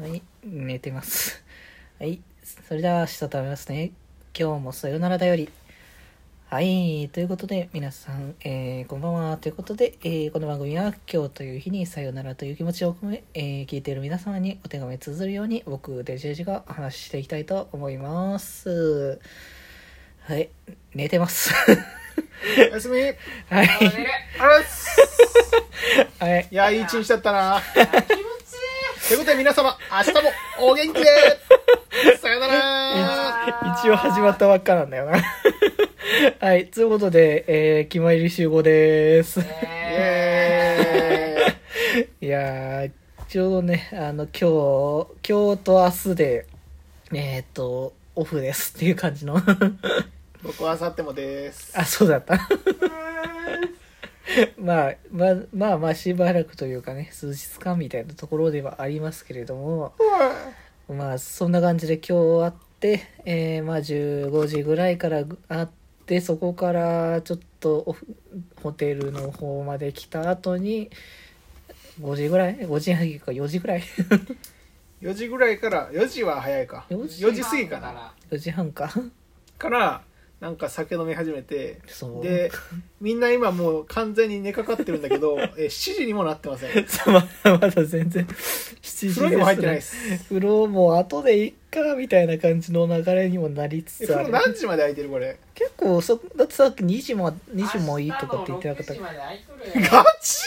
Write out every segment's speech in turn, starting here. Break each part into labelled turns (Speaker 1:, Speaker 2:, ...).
Speaker 1: はい、寝てます。 はい、それでは明日食べますね。今日もさよならだより。はい、ということで皆さん、えーこんばんは。ということで、えーこの番組は今日という日にさよならという気持ちを込め、えー聞いている皆様にお手紙綴るように僕、デジェジがお話ししていきたいと思います。はい、寝てます。
Speaker 2: おやすみ
Speaker 1: はい、
Speaker 3: あ寝る
Speaker 2: あっす
Speaker 1: はい、
Speaker 2: いやいい一日だったな
Speaker 3: あ気持ちい
Speaker 2: ということで皆様明日もお元気でさよなら
Speaker 1: 一応始まったばっかなんだよな。 はい、ということで、えー、気ま入り集合です。
Speaker 3: い
Speaker 2: イ
Speaker 3: ね
Speaker 2: エーイ
Speaker 1: いやー、ちょうどね、あの、今日、今日と明日で、えー、っと、オフですっていう感じの。
Speaker 2: 僕は明後日もです
Speaker 1: あ、そうだった。 まあ、まあ、まあ、まあ、しばらくというかね、数日間みたいなところではありますけれども、まあ、そんな感じで今日あって、えー、まあ、15時ぐらいからあって、そこからちょっとオフホテルの方まで来た後に、5時ぐらい ?5 時半か4時ぐらい
Speaker 2: 4時ぐらいから4時は早いか
Speaker 1: 4
Speaker 2: 4時過ぎかな
Speaker 1: ?4 時半か。
Speaker 2: からなんか酒飲み始めて
Speaker 1: そう。
Speaker 2: でみんな今もう完全に寝かかってるんだけ どえ7時にもなってません
Speaker 1: そう まだまだ全然7時
Speaker 2: 風呂にも入ってないですす
Speaker 1: 風呂も後でいっかみたいな感じの流れにもなりつ
Speaker 2: え
Speaker 1: つあ
Speaker 2: 風
Speaker 1: る
Speaker 2: 呂何時まで空いてるこれ
Speaker 1: 結構そだってさっき2時も2時もいいとかって言ってなかった
Speaker 3: 明日の6時まで空いとるやん
Speaker 2: ガチ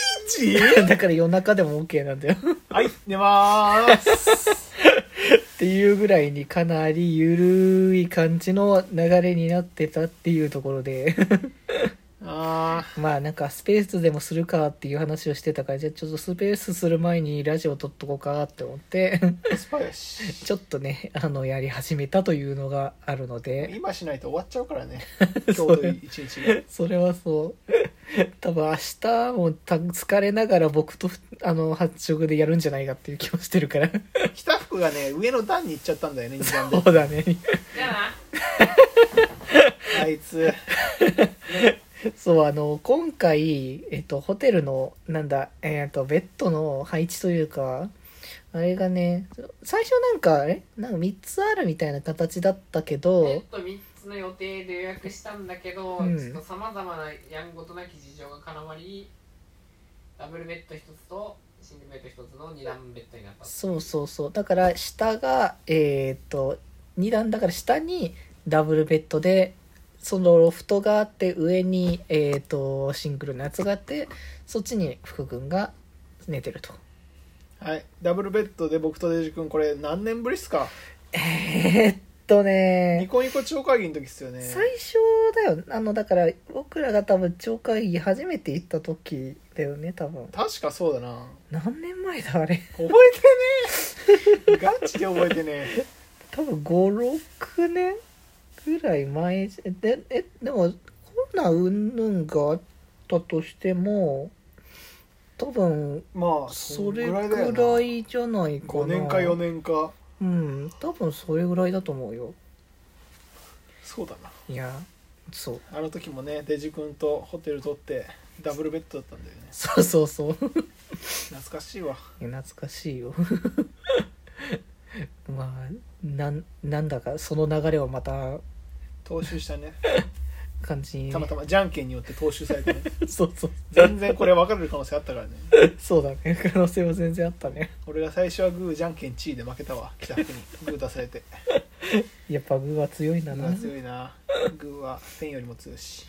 Speaker 2: 時
Speaker 1: だから夜中でも OK なんだよ
Speaker 2: はい寝まーす
Speaker 1: っていうぐらいにかなりゆるい感じの流れになってたっていうところで
Speaker 2: あー
Speaker 1: まあなんかスペースでもするかっていう話をしてたからじゃあちょっとスペースする前にラジオ撮っとこうかって思って
Speaker 2: コスパやし
Speaker 1: ちょっとねあのやり始めたというのがあるので
Speaker 2: 今しないと終わっちゃうか らね今日という一日が
Speaker 1: それはそう。 多分明日もた疲れながら僕とふあの発色でやるんじゃないかっていう気もしてるから。
Speaker 2: 着た服がね上の段に行っちゃったんだよね2段で
Speaker 1: そうだね。
Speaker 3: じゃあな
Speaker 2: あいつ
Speaker 1: そう、あの、今回、えっと、ホテルの、なんだ、えっと、ベッドの配置というか、あれがね、最初なんか、えなんか3つあるみたいな形だったけ
Speaker 3: ベッ
Speaker 1: ど、
Speaker 3: ド3つの予定で予約したんだけど、
Speaker 1: うん
Speaker 3: ちょっとさまざまなやんごとなき事情が絡まりダブルベッド1つとシングルベッド1つの2段ベッドに なった
Speaker 1: そうそうそう。だから下が、えっと、2段だから下にダブルベッドで、そのロフトがあって、上に、えっと、シングルのやつがあって、そっちに福君が寝てると。
Speaker 2: はいダブルベッドで僕とデジ君これ何年ぶりっすか
Speaker 1: えーっと
Speaker 2: ニ
Speaker 1: ね、
Speaker 2: コニコ超会議の時っすよね
Speaker 1: 最初だよ。あの、だから、僕らが多分、超会議初めて行った時だよね、多分。
Speaker 2: 確かそうだな
Speaker 1: 何年前だ、あれ。
Speaker 2: 覚えてねえガチで覚えてねえ
Speaker 1: 多分5、6年ぐらい前じゃで、え、でも、コロナ云々があったとしても、多分、
Speaker 2: まあ
Speaker 1: そ
Speaker 2: そ
Speaker 1: れ
Speaker 2: れ
Speaker 1: ぐ
Speaker 2: ぐ
Speaker 1: ら
Speaker 2: ら
Speaker 1: い
Speaker 2: いだよ
Speaker 1: じ
Speaker 2: な
Speaker 1: ゃないかな。
Speaker 2: 5年か4。年か
Speaker 1: うん、多分それぐらいだと思うよ。
Speaker 2: そうだない
Speaker 1: や、そう。
Speaker 2: あの時もねデジ君とホテル取ってダブルベッドだったんだよね
Speaker 1: そうそうそう。
Speaker 2: 懐かしいわ
Speaker 1: 懐かしいよ。 まあ、なん、なんだか、その流れをまた、
Speaker 2: 踏襲したね
Speaker 1: 感じに。
Speaker 2: たまたまじゃんけんによって踏襲されてね
Speaker 1: そうそう。
Speaker 2: 全然これ分かれる可能性あったからね
Speaker 1: そうだね。可能性は全然あったね。
Speaker 2: 俺が最初はグーじゃんけんチーで負けたわ北福にグー出されて
Speaker 1: やっぱ具は強いんだな。
Speaker 2: 強いなグーはペンよりも強いし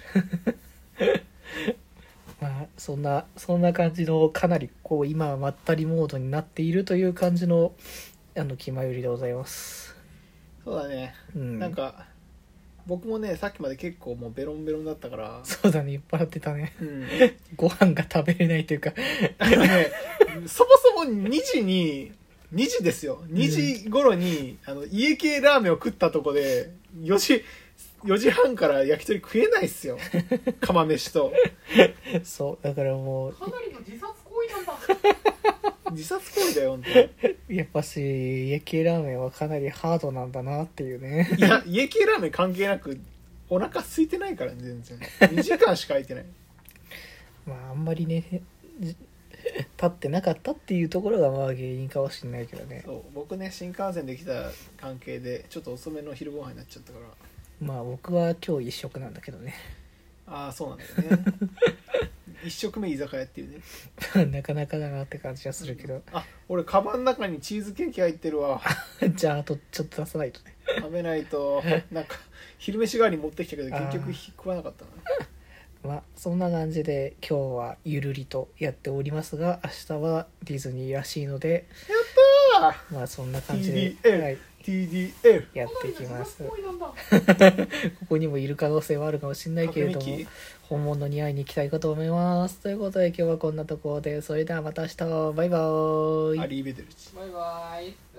Speaker 1: まあ、そんなそんな感じのかなりこう今はまったりモードになっているという感じのあの気まよりでございます、
Speaker 2: そうだね、
Speaker 1: うん、
Speaker 2: なんか僕もねさっきまで結構もうベロンベロンだったから、
Speaker 1: そうだね酔っ払ってたね
Speaker 2: うん、
Speaker 1: ご飯が食べれないというか
Speaker 2: あのねそもそも2時に2時ですよ2時頃に、あの家系ラーメンを食ったとこで4時4時半から焼き鳥食えないっすよ釜飯と
Speaker 1: そうだからも
Speaker 3: かなりの自殺行為なんだ
Speaker 2: 自殺行為だよ本当に
Speaker 1: うやっぱし家系ラーメンはかなりハードなんだなっていうね
Speaker 2: いや家系ラーメン関係なくお腹空いてないからね全然2時間しか空いてない
Speaker 1: まああんまりねじ 立ってなかったっていうところがまあ原因かもしれないけどね
Speaker 2: そう僕ね新幹線で来た関係でちょっと遅めの昼ご飯になっちゃったから
Speaker 1: まあ僕は今日一食なんだけどね
Speaker 2: ああそうなんだよ ね一食目居酒屋っていうね
Speaker 1: なかなかだなって感じはするけど
Speaker 2: あ俺カバンの中にチーズケーキ入ってるわ
Speaker 1: じゃああとちょっと出さないとね
Speaker 2: 食べない となんか昼飯代わりに持ってきたけど結
Speaker 1: あ
Speaker 2: 局
Speaker 1: ー
Speaker 2: 食わなかったな
Speaker 1: まあそんな感じで今日はゆるりとやっておりますが明日はディズニーらしいので
Speaker 2: やった
Speaker 1: まあそんな感じで、
Speaker 2: TDL
Speaker 1: はい、
Speaker 2: ー TDF
Speaker 1: やっていきます
Speaker 3: 小
Speaker 1: こ
Speaker 3: 鳥の自殺行為なんだ
Speaker 1: こにもいる可能性はあるかもしれないけれども本物に会いに行きたいかと思いますということで今日はこんなところでそれではまた明日バイバーイ
Speaker 2: アリーベデルチ
Speaker 3: バイバイ